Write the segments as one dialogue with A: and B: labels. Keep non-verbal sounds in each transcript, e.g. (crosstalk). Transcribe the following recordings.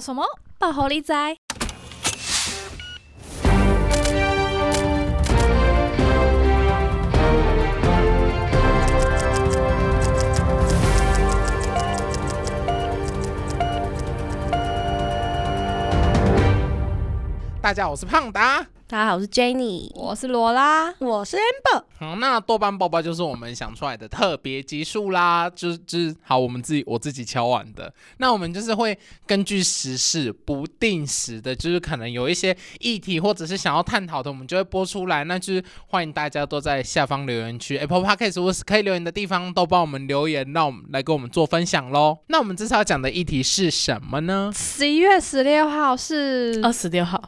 A: 什么爆猴力仔？
B: 大家好，我是胖达。
C: 大家好，我是 Jenny，
A: 我是罗拉，
C: 我是 Amber。
B: 好，那豆瓣爆爆就是我们想出来的特别集数啦，就是就是好，我们自己我自己敲完的。那我们就是会根据时事不定时的，就是可能有一些议题或者是想要探讨的，我们就会播出来。那就是欢迎大家都在下方留言区 Apple Podcast 或是可以留言的地方都帮我们留言，让我们来跟我们做分享喽。那我们这次要讲的议题是什么呢？
A: 十一月十六号是
C: 二十六号，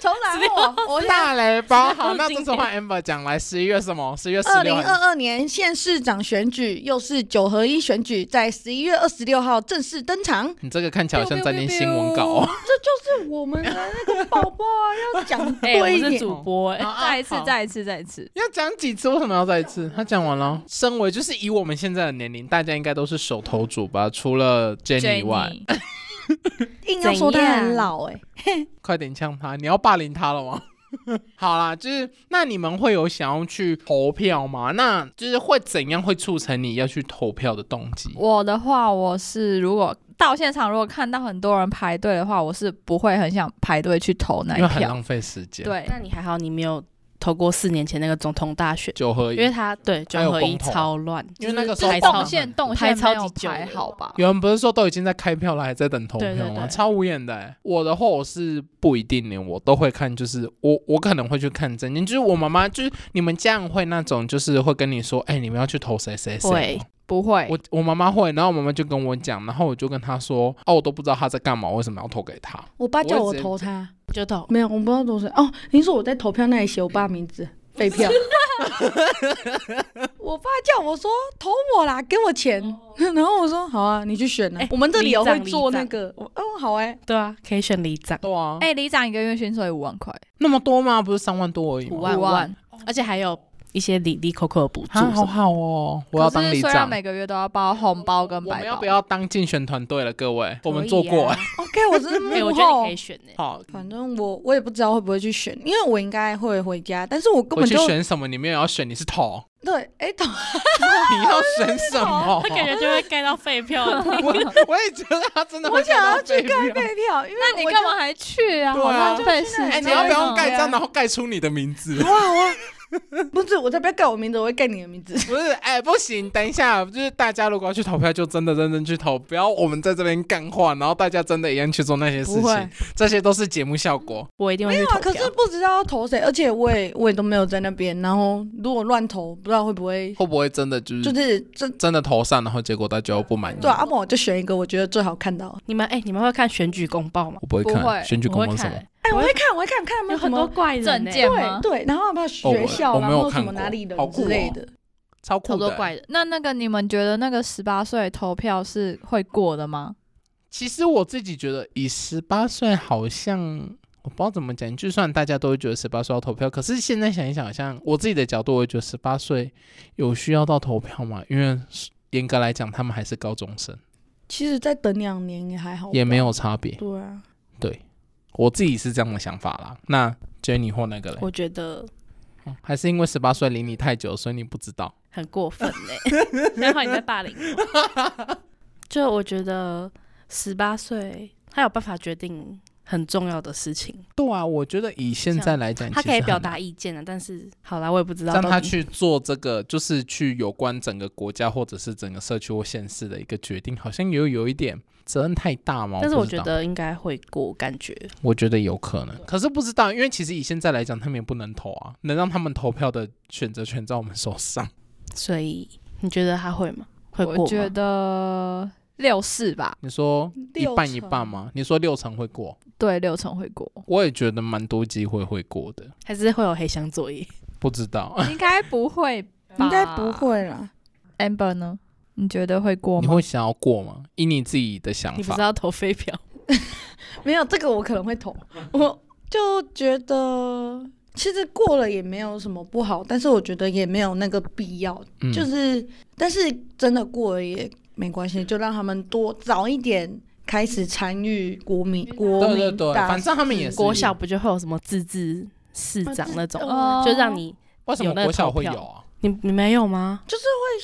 A: 从
C: (laughs)
A: 哪我我
B: 大雷包，
C: 是
B: 好，那这
C: 今
B: 次
C: 天
B: 换 Amber 讲来，十一月什么？十一月十
D: 二
B: 六
D: 零二二年县市长选举又是九合一选举，在十一月二十六号正式登场。
B: 你这个看起来好像在念新闻稿、哦。
D: 这就是我们的那个宝宝啊，要讲
C: (laughs) 哎、我
D: 对一
C: 是
D: 点。
C: 主播、
B: 哦
A: (laughs) (laughs) 再
C: 哎，
A: 一次，
B: 好
A: 再一次，再一次。
B: 要讲几次？为什么要再一次？他讲完了。身为就是以我们现在的年龄，大家应该都是手头主吧，除了 Jenny 以外。
A: Jenny
D: 硬要说他很老哎、
B: 快点呛他！你要霸凌他了吗？ (laughs) 好啦，就是那你们会有想要去投票吗？那就是会怎样会促成你要去投票的动机？
A: 我的话，我是如果到现场，如果看到很多人排队的话，我是不会很想排队去投那
B: 因为
A: 一
B: 很
A: 票。
B: 浪费时间。，
A: 对，
C: 那你还好，你没有投过四年前那个总统大选，
B: 九合一
C: 因，为他对
B: 还有
C: 九合一
B: 公投啊
C: 超乱，
B: 因为那个时
C: 就
B: 候
C: 是排
B: 公
A: 动
C: 超
B: 投
A: 线动
C: 排
A: 线
C: 超
A: 没有
C: 级久
A: 排
C: 的
A: 好吧？
B: 有人不是说都已经在开票了，还在等投票吗？
C: 啊对对对
B: 超无言的、欸。我的话，我是不一定连我都会看，就是我我可能会去看证件，就是我妈妈，就是你们家人会那种，就是会跟你说，哎、你们要去投谁谁谁
C: 会
B: 吗。
A: 不会，
B: 我我妈妈会，然后我妈妈就跟我讲，然后我就跟她说，哦，我都不知道她在干嘛，为什么要投给她？
D: 我爸叫我投他，
C: 就投
D: 没有，我不知道投谁。哦，您说我在投票那里写我爸名字，废
C: (laughs)
D: 票。我爸叫我说投我啦，给我钱。 (laughs) 然后我说好啊，你去选啊。
C: 哎
D: 我们这里有
C: 里长
D: 会做
C: 里长
D: 那个，我哦好哎、
C: 对啊，可以选里长
B: 对啊，
A: 哎，里长一个月薪水五万块，
B: 那么多吗？不是三万多而已
C: 五
B: 吗？
C: 万
A: 五
C: 五
A: 万
C: 万，而且还有一些里里口口的补助
B: 啊，
C: 什
B: 好
C: 么。
B: 好哦，我要
A: 可
B: 当
A: 是
B: 里
A: 虽然
B: 长。
A: 每个月都要包红包跟
B: 我
A: 白
B: 们要
A: 包
B: 不，要当竞选团队了，各位？我们
C: 可以
B: 做过、
C: 啊
B: 哎，
D: OK，我是 (laughs)
C: 哎、
D: 幕
C: 我觉得
D: 后
C: 你可以。选哎、
B: 好，
D: 反正我我也不知道会不会去选，因为我应该会回家，但是我根
B: 我
D: 本
B: 去
D: 就
B: 选什么？你们也要选，你是投。
D: 对，哎、投
B: (laughs) 你要选什么？
C: (laughs) (laughs) 他感觉就会盖到废票
B: (laughs)
C: 了。
B: 我我也觉得他真的会
D: 我想要
B: 到废
D: 去
B: 票
D: 盖废票，因为
A: 那你
D: 我
A: 干嘛还去啊？
B: 对
A: 好
B: 啊
A: 浪费时间哦。
B: 哎、你要不要盖章，然后盖出你的名
D: (laughs)
B: 字
D: 就？？哇哇，不是，我才不要盖我名字，我会盖你的名字。
B: 不是，哎、不行，等一下，就是大家如果要去投票，就真的认真去投，不要我们在这边干话，然后大家真的一样去做那些事
C: 不
B: 情
C: 会，
B: 这些都是节目效果。
C: (laughs) 我一定会去
B: 啊
D: (laughs) 哇，
C: 投
D: 可
C: 票
D: 是。不知道要投谁，而且我也我也都没有在那边，然后如果乱投，不知道会不会
B: 会不会真的就是、
D: 就是这
B: 真的投上，然后结果大家又不满意？
D: 对啊，要不然我就选一个我觉得最好看到。
C: 你们哎、你们会看选举公报吗？
B: 我不会看
A: 不会
B: 选举
C: 我
B: 公
C: 会
B: 报是什
C: 看、
B: 么
C: 哎，
D: 哎、我会看，我会看看有没
C: 有
D: 有
C: 很
D: 什
C: 多
D: 么
C: 怪人、
A: 证
C: 哎
A: 件吗
D: 对对，然后有没有学
B: 哦我
D: 校，
B: 没
D: 然
B: 有
D: 后什么
B: 看过
D: 哪里
B: 好
D: 人
B: 酷哦
D: 之类的。
B: 超
C: 超
B: 酷
C: 多
B: 的、
C: 怪人。
A: 那那个你们觉得那个十八岁投票是会过的吗？
B: 其实我自己觉得，以十八岁好像我不知道怎么讲，就算大家都会觉得十八岁要投票，可是现在想一想，好像我自己的角度，我会觉得十八岁有需要到投票吗？因为严格来讲，他们还是高中生，
D: 其实再等两年也还好，
B: 也没。有差别。
D: 对啊，
B: 对我自己是这样的想法啦。那 Jenny 或那个嘞，哦
C: 我觉得
B: 还是因为十八岁离你太久，所以你不知道。
C: 很过分呢、欸， (laughs) 然后你在霸凌我。
B: (laughs)
C: 就我觉得十八岁，他有办法决定很重要的事情，
B: 对啊，我觉得以现在来讲，
C: 他
B: 哎其
C: 可以
B: 实很
C: 表
B: 难
C: 达意见啊。但是好啦，我也不知道
B: 让
C: 到
B: 他
C: 底
B: 去做这个，就是去有关整个国家或者是整个社区或县市的一个决定，好像有有一点责任太大嘛。
C: 但是我
B: 不知
C: 觉
B: 道，
C: 得应该会过，感觉
B: 我觉得有可能，可是不知道，因为其实以现在来讲，他们也不能投啊，能让他们投票的选择权在我们手上。
C: 所以你觉得他会吗？会过吗
A: 我觉得六四吧，
B: 你
C: (laughs)
B: 说一
D: 六
B: 半一半
D: 成
B: 吗？你说六成会过，
A: 对，六成会
B: (laughs)
A: 过，
B: 我也觉得蛮多机会会过的，
C: 还是会有黑箱作业。
B: 不知道
A: 应该不会吧？
D: 应该不。会啦。
A: Amber 呢？你觉得会过
B: 你
A: 吗？
B: 会想要过吗？以你自己的想
C: 你不
B: 法
C: 是，要投飞票？
D: 没有这个，我可能会投。我就觉得其实过了也没有什么不好，但是我觉得也没有那个必要。
B: 嗯
D: 就是，但是真的过了也没关系，就让他们多早一点开始参与国民国
B: 对
D: 民
B: 对对，
D: 大
B: 反正他们也是
C: 嗯国小，不就会有什么自治市长那种，
A: 哦
C: 就让你
B: 为什么
C: 有那个
B: 国小
C: 投
B: 会
C: 票
B: 有啊？
C: 你你没有吗？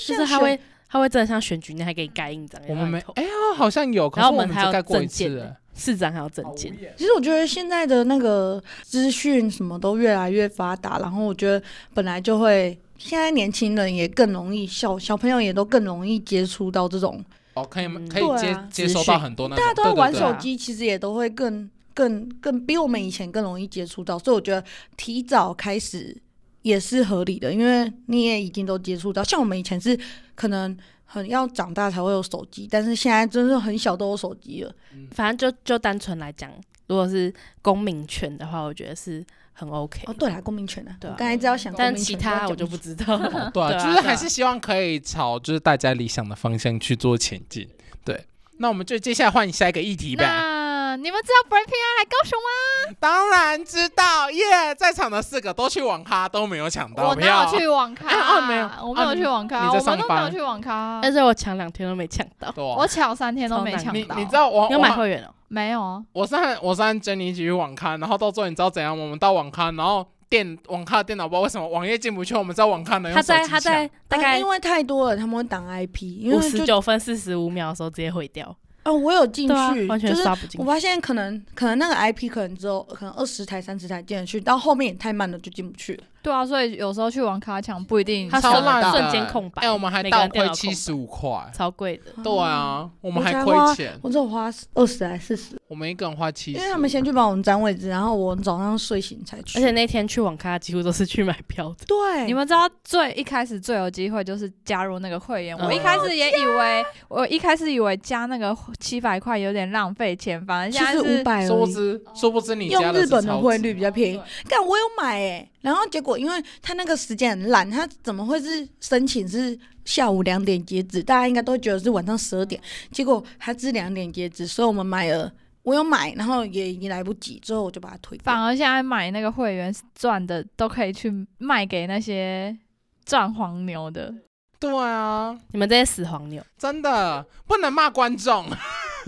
D: 就
C: 就是他会他会真的像选举那样还给你盖印章，
B: 我们没
C: 让你投
B: 哎呀，好像有，可
C: 然
B: 是
C: 后
B: 我
C: 我们
B: 们
C: 还
B: 只
C: 有
B: 盖过一
C: 证件
B: 次
C: 呢
B: 哎。
C: 市长还有证件，
D: 其实我觉得现在的那个资讯什么都越来越发达，然后我觉得本来就会，现在年轻人也更容易小小朋友也都更容易接触到这种，
B: 哦，可以吗
C: 嗯
B: 可以
D: 对
B: 接
D: 啊
B: 接
C: 资
B: 收到
C: 讯
B: 很多那
D: 大家
B: 种
D: 都在
B: 对对
D: 玩
B: 对
C: 啊
D: 手机，其实也都会更更更比我们以前更容易接触到，所以我觉得提早开始也是合理的，因为你也已经都接触到，像我们以前是可能很要长大才会有手机，但是现在真的很小都有手机了，
C: 反正就就单纯来讲，如果是公民权的话，我觉得是很 OK。
D: 哦，对啦，公民权啊，
C: 对啊
D: 我刚才只要想公
C: 但
D: 民
C: 其
D: 权要
C: 他
D: 讲
C: 我就不知道。
D: (laughs)
B: 对啊，
C: 对啊
B: 就是还
C: 对啊
B: 是希望可以朝就是大家理想的方向去做前进。对，那我们就接下来换下一个议题呗。
A: 那你们知道 Breaking 要来高雄
B: 当然知道耶在场的四个都去网咖都没有抢
A: 吗？
B: 到
A: 我哪
B: 票
A: 有。去网咖？
B: (laughs) 啊啊没有
A: 我没有去网
B: 啊
A: 咖，
B: 你
A: 我
B: 你在
A: 们
B: 上
A: 都没
B: 班哎
A: 有去网咖。啊
C: 但是我抢两天都没抢到，
B: 对啊
A: 我抢三天都没抢
B: 你
A: 到。
B: 你知道我
C: 你有买
B: 我
C: 会员哦？
A: 没有啊？
B: 我是和我是和珍妮一起去网咖，然后到最后你知道怎样？我们到网咖，然后电网咖的电脑不知道为什么网页进不去，我们在网咖能用
C: 他
B: 手
C: 在
B: 机
C: 他在
B: 抢
C: 大
D: 啊
C: 概
D: 因为太多了，他们会挡 IP，因
C: 五
D: 为
C: 十
D: 就
C: 九分四十五秒的时候直接毁掉，
D: 啊，我有进
C: 对啊
D: 去，，
C: 完全
D: 就是
C: 刷不进
D: 我
C: 去。
D: 发现可能可能那个 IP 可能只有可能二十台三十台进得去，到后面也太慢了就进不去了。
A: 对啊，所以有时候去网咖抢不一定
C: 他
A: 抢
B: 超
A: 得
B: 烂的，
A: 到
C: 瞬间空白
B: 哎、我们还
C: 每个
B: 倒
C: 人
B: 亏
C: 电脑空
B: 七
C: 白
B: 十五块。
C: 超贵的，
B: 对，啊，我们
D: 我
B: 还
D: 才
B: 亏
D: 哦花
B: 钱，
D: 我只有花二十还四十，
B: 我们一个人花七十。
D: 因为他们先去帮我们占位置，然后我早上睡醒才去。
C: 而且那天去网咖几乎都是去买票的，
D: 对
A: 你们知道最一开始最有机会就是加入那个会员，我一开始也以为，我一开始以为加那个七百块有点浪费钱，反
D: 其
A: 正现
D: 实五
A: 在是
D: 百
B: 殊不
D: 而已。哦
B: 知，殊不知你家
D: 用
B: 的
D: 日
B: 是
D: 本的
B: 超
D: 汇
B: 值
D: 率比较便宜，但我有买哎、然后结果因为他那个时间很懒，他怎么会是申请是下午两点截止？大家应该都觉得是晚上十二点，结果他是两点截止，所以我们买了，我有买，然后也已经来不及，最后我就把它退
B: (laughs)
D: 掉。
A: 反而现在买那个会员赚的都可以去卖给那些赚黄牛的。
B: 对啊，
C: 你们这些死黄牛，
B: 真的不能骂观众。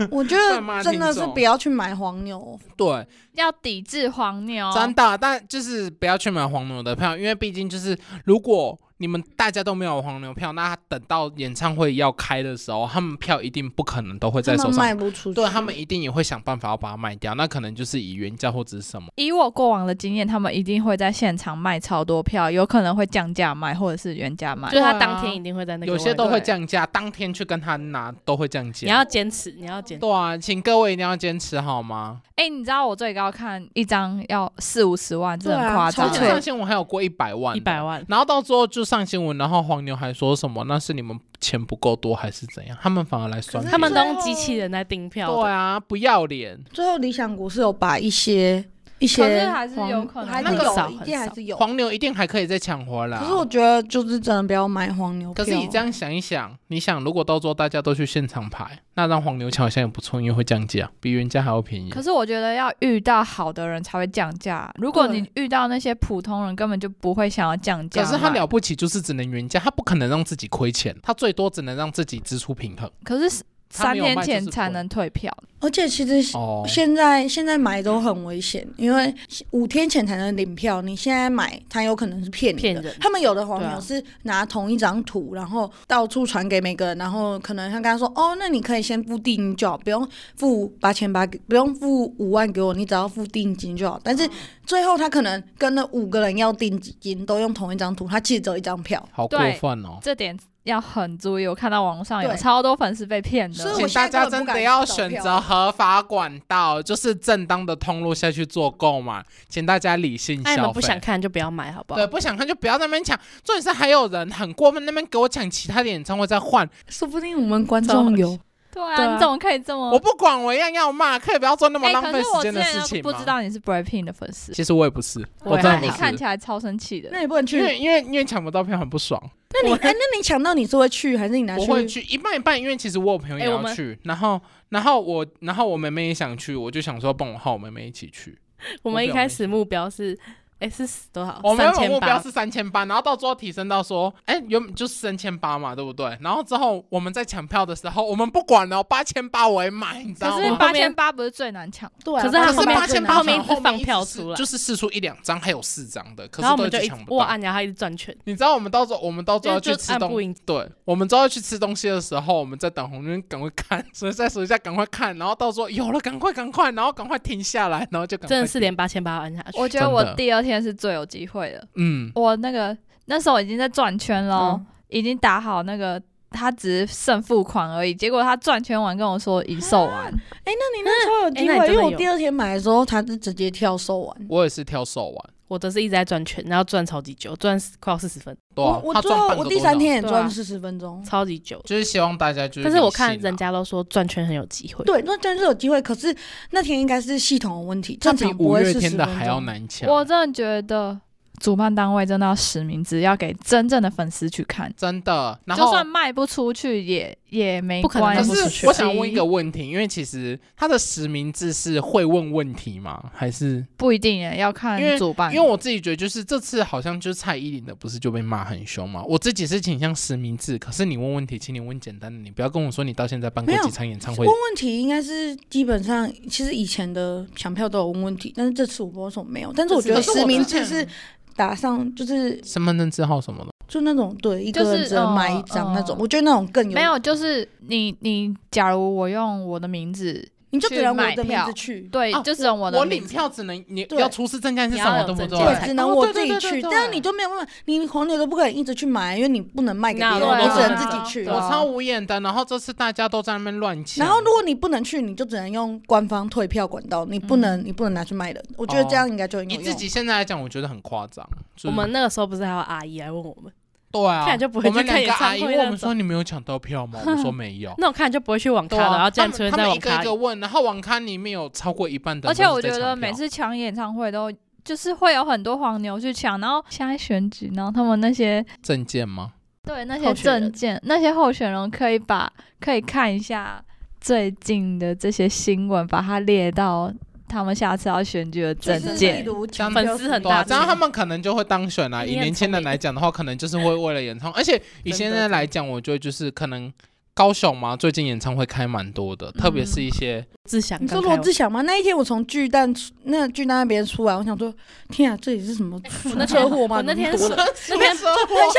D: 我觉
B: 谩骂
D: 得
B: 听
D: 真的是
B: 众
D: 不要去买黄牛，
B: 对，
C: 哦
A: 要抵制黄牛，
B: 真的，但就是不要去买黄牛的票，因为毕竟就是如果你们大家都没有黄牛票，那等到演唱会要开的时候，他们票一定不可能都会
D: 他
B: 在手
D: 们卖
B: 上。
D: 不出去。
B: 对他们一定也会想办法要把它卖掉，那可能就是以原价或者是什么。
A: 以我过往的经验，他们一定会在现场卖超多票，有可能会降价卖或者是原价卖
C: 就。是他
B: 对啊
C: 当天一定会在那个
B: 有
C: 位置，
B: 些都会
A: 对
B: 降价，当天去跟他拿都会降价。
C: 你要坚持，你要坚持，
B: 对啊，请各位一定要坚持好吗？
A: 哎、你知道我最高看一张要四五十万，这
D: 对
A: 很
D: 啊
A: 夸
D: 超
A: 张欸
B: 之
D: 对。
B: 前上新闻还有过一百万，
C: 一百万，
B: 然后到最后就上新闻，然后黄牛还说什么那是你们钱不够多还是怎样，他们反而来
D: 可
B: 酸你。
D: 是
C: 他们都用机器人在订票的，
B: 对啊，不要脸。
D: 最后理想国是有把一些一些黄，
A: 可是还是有可能
D: 还是
B: 那个
D: 有
C: 少
D: 一
C: 很
D: 定还
C: 少
D: 是有。
B: 黄牛一定还可以再抢回来啊。
D: 可是我觉得就是真的不要买黄牛
B: 可
D: 票。啊
B: 是你这样想一想，你想如果到时候大家都去现场排，那让黄牛抢好像也不错，因为会降价，比原价还要便宜。
A: 可是我觉得要遇到好的人才会降价，如果
D: 对
A: 你遇到那些普通人，根本就不会想要降价
B: 可
A: 嘛。
B: 是他了不起，就是只能原价，他不可能让自己亏钱，他最多只能让自己支出平衡。
A: 可是
B: 他
A: 三
B: 没有卖
A: 天前
B: 就是
A: 才
B: 亏
A: 能退票，
D: 而且其实
B: 哦，
D: 现在现在买都很危险，因为五天前才能领票，你现在买，他有可能是骗你
C: 骗
D: 的
C: 人。
D: 他们有的黄
C: 对
D: 牛
C: 啊
D: 是拿同一张图，然后到处传给每个人，然后可能他跟他说：“哦，那你可以先付定金就好，不用付八千八，不用付五万给我，你只要付定金就好。”但是最后他可能跟那五个人要定金，都用同一张图，他其实只有一张票。
B: 好过
A: 对
B: 分哦。
A: 这点要很注意。我看到网络上有
D: 对
A: 超多粉丝被骗的，
D: 所以
B: 请
D: 我
B: 大
D: 现在
B: 家
D: 根本
B: 真
D: 不
B: 的
D: 敢
B: 要
D: 去
B: 选
D: 投票
B: 择合法管道，就是正当的通路下去做购买，请大家理性
C: 那你
B: 消
C: 们
B: 费
C: 不。想看就不要买，好不好
D: 啊
B: 对，？不想看就不要在那边抢。重点是还有人很过分，那边给我抢其他的演唱会再换，
D: 说不定我们观
C: 众
D: 众
C: 有
D: 有，
A: (laughs) 对啊，
C: 对啊
A: 你怎么可以这么？
B: 我不管，我一样要骂，可以不要做那么
A: 哎、
B: 浪
A: 可
B: 费
A: 是
B: 时
A: 我之
B: 间的
A: 前
B: 事
A: 都
B: 情
A: 不
B: 吗？
A: 知道你是 BLACKPINK 的粉丝，
B: 其实我也不是，
C: 我
B: 我
C: 也
B: 真的
A: 那
C: 还
B: 不
A: 你
B: 是。
A: 看起来超生气的
D: 那。你不能去
B: 因。为因为因为抢不到票很不爽，
D: 那你
C: 我
D: 哎、那你抢到你是会去还是你拿
B: 我
D: 去？
B: 会去一半一半，因为其实我有朋友也
C: 哎我
B: 要
C: 们
B: 去，然后然后我然后我妹妹也想去，我就想说帮我和我妹妹一起去。
C: 我们一开始目标是，哎、哎、是是多少？
B: 我们
C: 三
B: 原本
C: 千
B: 目标
C: 八。
B: 是三千八，然后到最后提升到说，哎、原本就是三千八嘛，对不对？然后之后我们在抢票的时候，我们不管了，八千八我也买，你知道
A: 可
B: 吗
A: 是？
C: 后
A: 八
C: 面
A: 千八不是最难抢？
D: 对啊，
C: 可是他
B: 可
C: 后
B: 是
C: 面
B: 八
D: 八
B: 千
C: 最
D: 千
C: 难
B: 八
D: 八
C: 后面一直放票出来
B: 就是试出一两张，还有四张的，可
C: 然后
B: 是
C: 我
B: 都已
C: 们就
B: 经
C: 一
B: 抢不
C: 我
B: 到。
C: 按然后他一直转圈，
B: 你知道我们到时候，我们到最后
C: 就
B: 去
C: 就
B: 吃
C: 按
B: 东
C: 不赢。
B: 对，我们之后去吃东西的时候，我们在等红绿灯，赶快看，所以再数一下，赶快看，然后到时候有了，赶快赶快，然后赶快停下来，然后就赶快
C: 真的是连八千八按下去。
A: 我觉得我
B: 真的
A: 第二天是最有机会的。
B: 嗯，
A: 我那个那时候已经在转圈喽，
C: 嗯
A: 已经打好那个，他只是剩付款而已。结果他转圈完跟我说已售完，
B: 嗯
D: 哎、那你那时候有机
C: 哎那
D: 会，
C: 你真的
D: 因为我
C: 有
D: 第二天买的时候，他是直接跳售完。
B: 我也是挑手玩，
C: 我都是一直在转圈，然后转超级久，转快要四十分，
B: 对啊
D: 我我
B: 他
D: 最
B: 赚
D: 后
B: 半个
D: 我第
B: 多
D: 三
B: 小
D: 天也
C: 对
D: 赚
C: 啊
D: 四十分钟。
C: 超级久。
B: 就是希望大家就是、啊
C: 但是我看人。家都说转圈很有机会，
D: 对，那真是有机会，可是那天应该是系统的问题，
B: 这
D: 正
B: 比
D: 常不
B: 五
D: 会
B: 月
D: 是
B: 天
D: 十
B: 的
D: 分
B: 还要
D: 钟
B: 难抢，
A: 我真的觉得主办单位真的要实名制，要给真正的粉丝去看，
B: 真的。然
A: 就
B: 后，
A: 算卖不出去也也没
C: 不可能
A: 关
B: 可
C: 卖
A: 系
C: 不。出去
B: 是
C: 啊
B: 我想问一个问题，因为其实他的实名制是会问问题吗？还是
A: 不一定耶，要看主办。
B: 因为我自己觉得，就是这次好像就是蔡依林的，不是就被骂很凶嘛？我自己是倾向实名制，可是你问问题，请你问简单的，你不要跟我说你到现在办过
D: 没有
B: 几场演唱会
D: 问。问题应该是基本上，其实以前的抢票都有问问题，但是这次我不知道为什么没有。但是我觉得
B: 可是我
D: 实名
B: 之前
D: 制是打上就是
B: 身份证字号什么的，
D: 就那种对一
A: 就
D: 个
A: 是
D: 人只能买一张那种，我觉得那种更有
A: 没有，就是你你，假如我用我的名字，
D: 你就只能我的
A: 去买
D: 名
A: 票
D: 字去，
A: 对，
B: 啊
A: 哎就只有我的
B: 我
A: 名
B: 领
A: 字。
B: 票只能你
D: 对
B: 要出示证件是什么，
C: 你要
B: 对
C: 有
B: 不
C: 证
B: 对？
C: 件
D: 对，只能我自己
B: 哦对对
D: 去。
B: 对对
D: 但是你就没有办法，你黄牛都不可能一直去买，因为你不能卖给别人，
A: 那
D: 你只能
A: 对
D: 自
A: 啊
D: 己去
A: 对。
B: 我
A: 啊
B: 超无眼的。然后这次大家都在那边乱抢，
D: 然后，如果你不能去，你就只能用官方退票管道，你不能，你不能拿去卖人。我觉得这样应该就很
B: 以
D: 有
B: 哦自
D: 用。
B: 己现在来讲，我觉得很夸张。就是
C: 我们那个时候不是还有阿姨来问我们，
B: 对啊，
C: 看来就不会
B: 我们
C: 去
B: 两个
C: 看演唱
B: 阿
C: 会
B: 姨问我们
C: 那种。
B: 说你没有抢到票吗？我们说没有
C: (laughs) 那我看就不会去网咖了，然后竟
B: 他
C: 然
B: 们
C: 出现
B: 啊他
C: 在
B: 们
C: 网
B: 一个
C: 咖
B: 一
C: 里
B: 个。问，然后网咖里面有超过一半的
A: 而
B: 人
A: 且
B: 都
A: 我
B: 是在
A: 觉
B: 抢票，
A: 得每次抢演唱会都就是会有很多黄牛去抢，然后现在选举，然后他们那些
B: 证件吗？
A: 对那些
C: 候选人
A: 证件，那些候选人可以把可以看一下最近的这些新闻，把它列到他们下次要选举的证件。
D: 如
B: 抢
C: 粉丝很
B: 对啊，
C: 大
B: 这样他们可能就会当选啦、啊
C: 你
B: 以
C: 很
B: 年轻人来讲的话，可能就是会为了演唱，而且以现在来讲，我觉得就是可能高雄嘛，最近演唱会开蛮多的，特别是
C: 嗯
B: 一些
C: 志祥
D: 你
C: 刚
D: 说
C: 开
D: 罗
C: 完，
D: 志祥吗？那一天我从巨蛋出，那巨蛋那边出来，我想说，天啊，这里是什么
C: 那
D: 车
C: 天
D: 祸吗？
C: 我那天
D: 怎么多人
C: 那
D: (laughs)
C: 天
D: 很像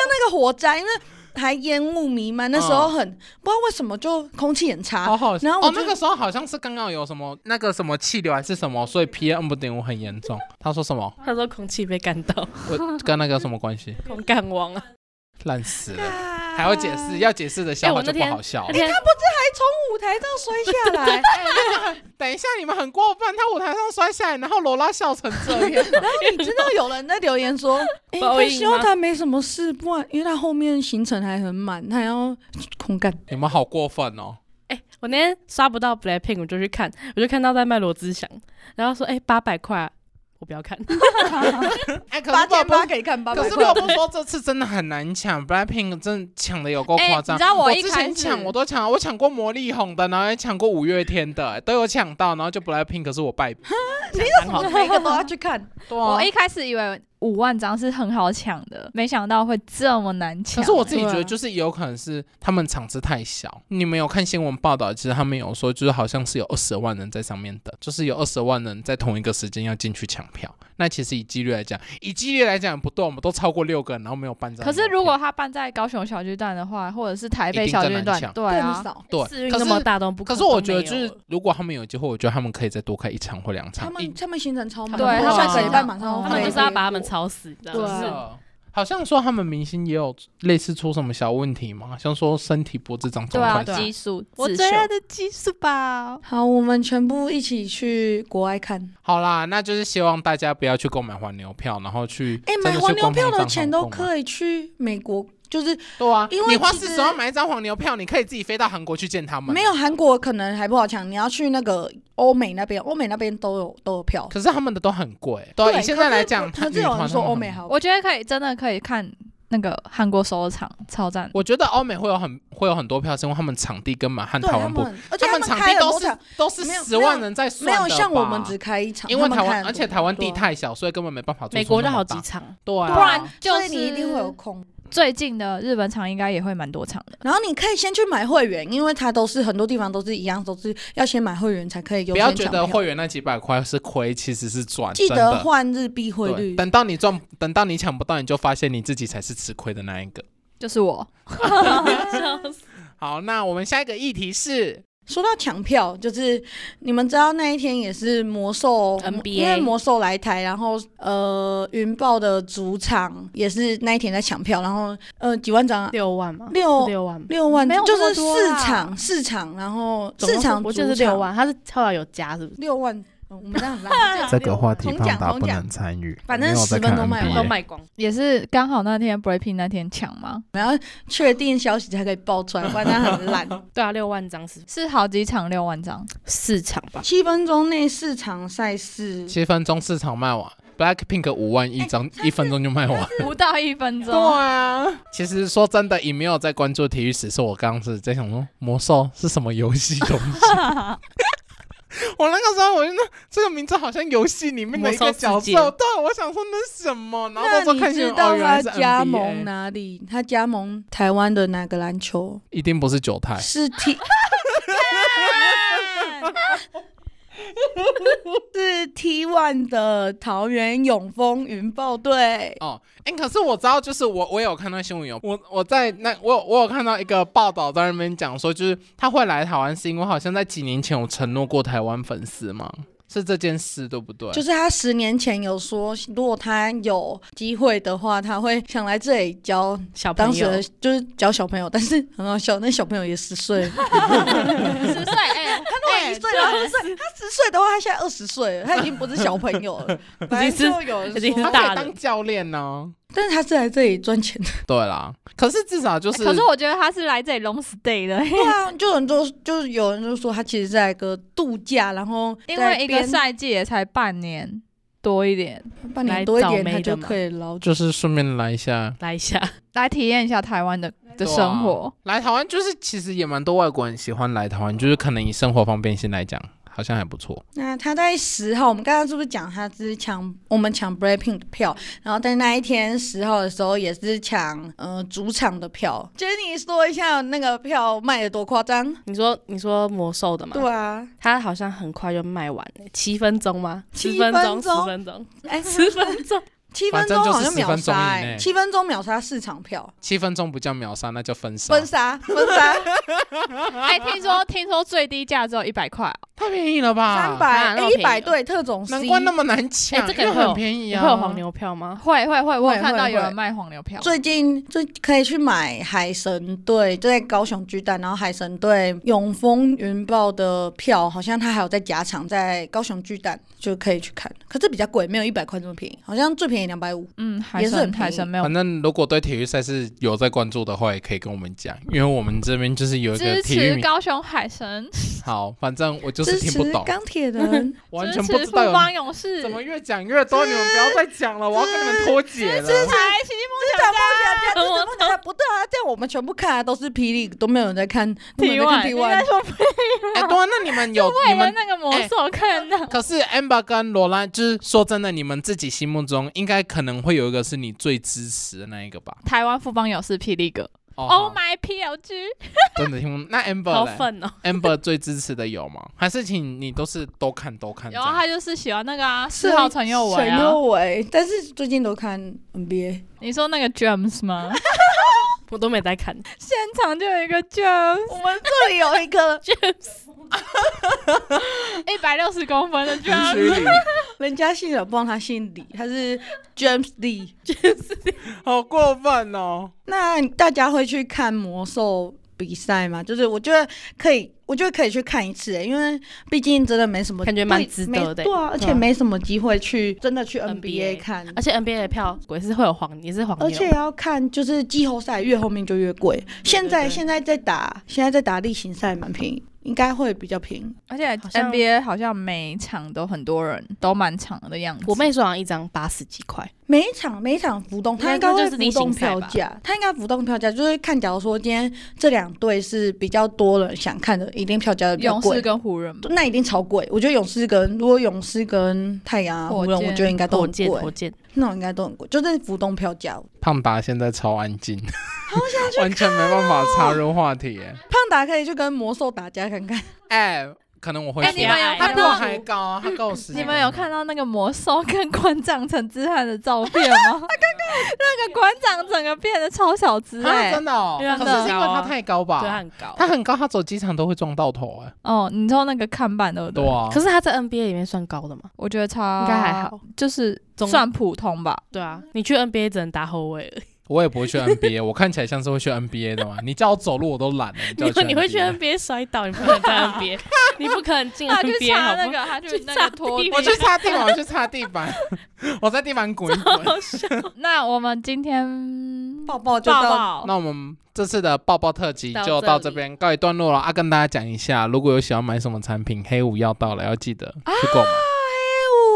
D: 那个火灾，因为还烟雾弥漫，那时候很、不知道为什么就空气很差
C: 啊
B: 好。好
D: 然后我
B: 哦，
D: 就
B: 那个时候好像是刚刚有什么那个什么气流还是什么，所以 PM 不点五很严重。他说什么？
C: 他说空气被干到，
B: 我跟那个有什么关系？
C: 空干王啊。
B: 烂死
D: 啊
B: 了，还要解释，要解释的笑话
C: 哎我
B: 就
C: 那
B: 不
C: 天
B: 好笑
C: 那
B: 了。
C: 天
D: 舞台上摔下来，
B: 等一下，你们很过分，他舞台上摔下来，然后罗拉笑成这样。
D: 你知道有人在留言说，哎、
C: 报
D: 他
C: 应
D: 希望
C: 吗
D: 他没什么事，不然因为他后面行程还很满，他还要空干。
B: (laughs) 你们好过分哦！
C: 哎、我那天刷不到 Blackpink，我就去看，我就看到在卖罗志祥，然后说哎八百块啊，我不要看，
B: 哎，可
D: 八
B: 是
D: 千
B: 不
D: 八
B: 不，
D: 可以看八百
B: 可
D: 块，
B: 是不得不说，这次真的很难抢，Blackpink 真的抢的有够夸张。
A: 哎你知道我
B: 我
A: 一
B: 之
A: 开
B: 前
A: 始
B: 抢我都抢，我抢过魔力红的，然后也抢过五月天的，哎都有抢到，然后就 Blackpink 是我败笔。
C: 刚好
D: 我每一个都要去看。
B: 对啊
A: 我一开始以为五万张是很好抢的，没想到会这么难抢。
B: 可是我自己觉
D: 对
B: 得，
D: 啊
B: 就是有可能是他们场次太小。你们有看新闻报道，其实他们有说，就是好像是有二十万人在上面等，就是有二十万人在同一个时间要进去抢票。那其实以几率来讲，以几率来讲也不对，我们都超过六个人，然后没有办张
A: 欸可
B: 门票。
A: 是如果他办在高雄小巨蛋的话，或者是台
B: 一
A: 北
B: 定
A: 小
B: 更
A: 巨
B: 难
A: 蛋
B: 抢，
A: 对
D: 更
A: 啊，
D: 少。
B: 对，
C: 四运
B: 可
C: 那么
B: 是
C: 大都不
B: 可
C: 可
B: 是我觉得，就
C: 都没有
B: 是
C: 了
B: 如果他们有机会，我觉得他们可以再多开一场或两场
D: 他。
B: 一
D: 们他们行程超满，
A: 对
D: 他们
B: 他们
D: 下个礼拜马上要
A: 他
C: 他
A: 们
C: 们
D: 飞
C: 就是要把他们吵死，你知道
D: 对
C: 吗？
D: 啊
C: 就是
B: 好像说他们明星也有类似出什么小问题嘛，像说身体脖子长肿
A: 对啊，
B: 块。
A: 激素，我
C: 自
A: 最
C: 秀
A: 爱的激素吧。
D: 好，我们全部一起去国外看。
B: 好啦，那就是希望大家不要去购买黄牛票，然后去
D: 哎、
B: 真的
D: 买
B: 去
D: 黄牛
B: 官方
D: 票的
B: 账
D: 钱
B: 号
D: 都
B: 购买
D: 可以去美国，就是
B: 对啊，
D: 因为
B: 你花
D: 其实
B: 四十万买一张黄牛票，你可以自己飞到韩国去见他们。
D: 没有，韩国可能还不好抢，你要去那个欧美那边，欧美那边都有都有票。
B: 可是他们的都很贵。对啊，以现在来讲，
D: 可
B: 他
D: 是有人说欧美
B: 好。
D: 好，
A: 我觉得可以，真的可以看那个韩国首尔场超赞，
B: 我觉得欧美会有很会有很多票，是因为他们场地根本和
D: 对
B: 台
D: 他
B: 湾不，
D: 们，而且
B: 们
D: 们
B: 场
D: 开了
B: 地都
D: 多
B: 是
D: 场，
B: 都是
D: 没有
B: 十万人在算
D: 没
B: 的
D: 有像我
B: 吧
D: 们只开一场，
B: 因为
D: 他们
B: 台
D: 开
B: 湾，
D: 了
B: 而且
D: 多
B: 台湾
D: 对
B: 地
D: 啊
B: 太小，所以根本没办法做。
C: 美国就好几，场，
B: 对啊，
D: 对啊
A: 不然就
D: 所以你一定会有空。
A: 最近的日本场应该也会蛮多场的。
D: 然后你可以先去买会员，因为它都是很多地方都是一样，都是要先买会员才可以优
B: 不要
D: 先
B: 觉
D: 抢
B: 得
D: 票。
B: 会员那几百块是亏，其实是赚。
D: 记
B: 真
D: 得
B: 的
D: 换日币汇
B: 对
D: 率。
B: 等到你赚，等到你抢不到，你就发现你自己才是吃亏的那一个。
A: 就是我，
B: 好，那我们下一个议题是，
D: 说到抢票，就是你们知道那一天也是魔兽
C: NBA
D: 因为魔兽来台，然后呃云豹的主场也是那一天在抢票，然后呃几万张啊，
C: (laughs) 六万吗？
D: 六
C: 六万吧，
D: 六万
A: 没有
D: 就
A: 那
D: 是
A: 么多
D: 四
A: 啦
D: 场四场，然后
C: 总
D: 四
C: 共
D: 场
C: 我记
D: 主
C: 得是
D: 场
C: 六万，他是后来有加是不是？
D: 六万，嗯我们这样 (laughs) 很
C: 啊
D: 烂六万重讲重讲
B: 参与，
D: 反正十分钟卖完
C: 都卖光，
A: 也是刚好那天 Breaking 那天抢吗？
D: 确定消息才可以爆出来，不然它很 (laughs) 烂。
C: 对啊，六万张是
A: 是好几场六万张，
C: 四场吧？
D: 七分钟内四场赛事，
B: 七分钟市场卖完，Blackpink 五万
D: 哎
B: 一张，一分钟就卖完。
A: 不到一分
B: 对
A: 钟。
B: 啊，其实说真的，也没有在关注体育史，是我刚刚是在想说魔兽是什么游戏东
D: (laughs)
B: 西。我那个时候，我就那这个名字好像游戏里面的一个角
C: 魔兽世界
B: 色，对，啊我想说那是什么，然后到时
D: 那
B: 候
D: 你
B: 看新
D: 知
B: 闻，哦，
D: 道
B: 原来
D: 他
B: 是 NBA
D: 加盟啊哪里？他加盟台湾的哪个篮球？
B: 一定不是九台，
D: 是 (laughs) T 是 T One 的桃园永丰云豹队。
B: 哦，哎、可是我知道，就是我我有看到新闻有我我在那我有我有看到一个报道在那边讲说，就是他会来台湾是因为好像在几年前有承诺过台湾粉丝嘛，是这件事对不对？
D: 就是他十年前有说，如果他有机会的话，他会想来这里教
C: 小朋
D: 当时
C: 友
D: 的就是教小朋友，但是很好笑，那小朋友也十岁了，
A: 十岁，哎，
D: (laughs) 他那一岁了，他十岁，他十岁的话，他现在二十岁了，他已经不是小朋友 (laughs) 了，反正就有人
C: 已经
D: 说
B: 他可
C: 是大
B: 以
C: 人
B: 当教练呢、
D: (laughs) 但是他是来这里赚钱的，
B: 对啦，可是至少就是，
A: 哎可是我觉得他是来这里 long stay 的，
D: 对 (laughs) 啊，就很多就是有人就说他其实在一个度假，然后
A: 因为一个
D: 在
A: 赛季也才半年多一点，
D: 边半年多一
C: 来
D: 点，
C: 找
D: 他
C: 妹
D: 就
C: 的嘛
D: 可以捞住。
B: 就是顺便来一下
C: 来一下，
A: 来体验一下台湾的的
B: 啊
A: 生活。
B: (laughs) 来台湾，就是其实也蛮多外国人喜欢来台湾，就是可能以生活方便性来讲，好像还不错。
D: 那他在十号，我们刚刚是不是讲他是抢我们抢 Breaking 的票，然后在那一天十号的时候也是抢呃主场的票。Jenny 说一下那个票卖的多夸张？
C: 你说你说魔兽的嘛？
D: 对啊，
C: 他好像很快就卖完了，七分钟吗？
D: 七
C: 十分钟，
D: 分钟
C: 十分钟，
B: (laughs)
D: 哎、 (laughs)
C: 十分钟，
D: 七
B: 反
D: 分
B: 正
D: 钟
B: 就是
D: 好像
B: 10
D: 秒
B: 分钟以
D: 杀、欸
B: 内，
D: 七分钟秒杀市场票，
B: 七分钟不叫秒杀，那叫分杀，
D: 分杀分
C: (laughs)
D: 杀
A: 哎，听说听说最低价只有一百块哦，
B: 太便宜了吧？
D: 三
C: 啊
D: 百哎
C: 那么
D: 一
C: 便宜
D: 百
C: 哦
D: 对特种 C，
B: 难怪那么难抢，
C: 哎这个
B: 因为
C: 会有
B: 很便宜
C: 你
B: 啊。
C: 会有黄牛票吗？
A: 会会会，我
D: 会
A: 有看到
D: 会
A: 有
D: 会
A: 人卖黄牛票，
D: 最近最可以去买海神队，就在高雄巨蛋，然后海神队永丰云豹的票，好像他还有在假场，在高雄巨蛋就可以去看，可是比较贵，没有一百块这么便宜，好像最便宜两百五。
A: 嗯，海
D: 也是很
A: 神
D: 便宜
A: 海神没有
B: 反正如果对体育赛事有在关注的话，也可以跟我们讲，因为我们这边就是有一个
A: 支
B: 体育
A: 持
B: 迷。
A: 高雄海神，
B: 好，反正我就是
D: 支
B: 听
D: 持
B: 不
D: (laughs)
B: 懂，
D: 钢铁人，
B: 完
A: 支
B: 全不
A: 持
B: 知
A: 富
B: 道有
A: 邦勇士，
B: 怎么越讲越多，你们不要再讲了，我要跟你们脱节了。哎
A: 台奇
D: 这场梦想家，这场梦想家不对啊，这样我们全部看的都是霹雳，都没有人在看，都没
A: 梦
D: 有人在看 T
A: 应
D: (laughs)
A: 该
D: one。
A: 说不
B: 哎，对啊，那你们 (laughs) 有你
A: 为了
B: 们。
A: 那个魔兽看到。
B: 可是 Amber 跟罗拉，就是说真的，你们自己心目中应该可能会有一个是你最支持的那一个吧
A: (laughs) 台湾富邦勇士霹雳哥
B: 哦
A: ，Oh
B: 好
A: my PLG，
B: 真的听不那
C: 好
B: Amber 嘞
C: 粉哦！
B: Amber 最支持的有吗？还是请你都是都看都看这
A: 然
B: 样？
A: 后他就是喜欢那个啊，四号陈佑
D: 陈
A: 伟啊
D: 佑，伟，但 (laughs) 是最近都看 NBA，
A: 你说那个 James 吗？
C: 我都没在看，
A: (laughs) 现场就有一个 James，
D: 我们这里有一 (laughs) 个，
A: (laughs) 一百六十公 (laughs)
B: (laughs)
A: 分的 James，
B: 虚拟
D: 人家姓了，不帮他姓李，他是 James Lee。
B: 好过分哦！
D: 那大家会去看魔兽比赛吗？就是我觉得可以，我觉得可以去看一次、欸因为毕竟真的没什么，
C: 感觉蛮值得的
D: 对没
C: 欸
D: 对啊，而且没什么机会去真的去
C: NBA
D: NBA 看，
C: 而且 NBA 的票鬼是啊会有黄，也是黄牛，
D: 而且要看就是季后赛越后面就越贵。现在现在在打，现在在打例行赛蛮便宜，应该会比较便宜。
A: 而且
C: 好像
A: NBA 好像每场都很多人，都满场的样子。
C: 我妹说好像一张八十几块，
D: 每一场每一场浮动，他应该
C: 那就
D: 会
C: 是例
D: 浮
C: 行
D: 动
C: 赛吧
D: 票价，他应该浮动票价，就是看假如说今天这两队是比较多人想看的，一定票价就比较
A: 勇士
D: 贵。
A: 跟湖人吧，
D: 那一定超贵，我觉得勇士跟如果勇士跟太阳啊、
A: 火
D: 湖
A: 箭
D: 人，我觉得应该都
C: 火
D: 很
C: 箭，火
D: 贵，
C: 箭，
D: 那种应该都很贵，就是浮动票价。
B: 胖达现在超安静，完全没办法插入话题耶。
D: 胖达可以去跟魔兽打架看看，
B: 哎，可能我会
A: 哎、
B: 输
A: 你们有
C: 哎
B: 他
A: 看
B: 比我
A: 到
B: 还高啊，他高我十几
A: 你们有看到那个魔兽跟馆长陈之汉的照片吗？那个馆长整个变得超小只哎、
B: 啊？真的哦，
C: 因为他
B: 可
A: 很
B: 是是因为
C: 高啊
B: 他太高
C: 对，他
B: 吧？
C: 很高。
B: 他很高，他走机场都会撞到头哎。
A: 哦，你知道那个看板对不
B: 对啊，
C: 可是他在 NBA 里面算高的吗？
A: 我觉得超
C: 应该还，好。
A: 就是
C: 中
A: 算普通吧。
C: 对啊，你去 NBA 只能打后卫了。
B: 我也不会去 NBA，我看起来像是会去 NBA 的嘛。你叫我走路我都懒了，
C: 你
B: 你 (laughs) 叫
C: 会
B: 我
C: 你会去
B: NBA
C: NBA 摔倒，你不可能在 NBA，你不可能进
A: 他去
C: NBA
A: 擦
C: 好
A: 那
C: 不好？
A: 个，他去
C: 去
A: 那
C: 擦
A: 个拖
C: 地
A: 地
B: 我去擦地板，我去擦地板，我在地板滚一滚。
C: 好笑，
A: 那我们今天
D: (laughs) 抱抱就
A: 抱
D: 到
A: 抱，
B: 那我们这次的抱抱特辑就到这边告一段落了啊！跟大家讲一下，如果有想要买什么产品，黑五要到了，要记得
D: 啊
B: 去购买。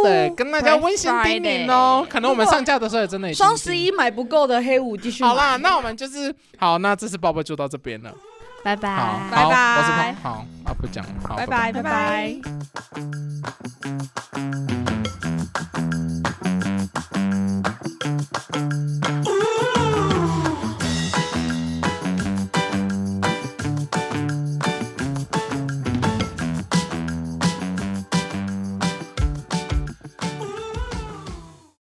B: 对，跟大家温馨叮咛哦
A: Black Friday。
B: 可能我们上架的时候也真的已经
D: 双十一买不够的黑五继续买
B: 好。啦，那我们就是好，那这次抱抱就到这边了。
C: 拜
B: 好，
C: 拜。
B: 好啊
A: 拜拜
B: 我是胖，好啊，不讲了，好，
A: 拜拜拜拜。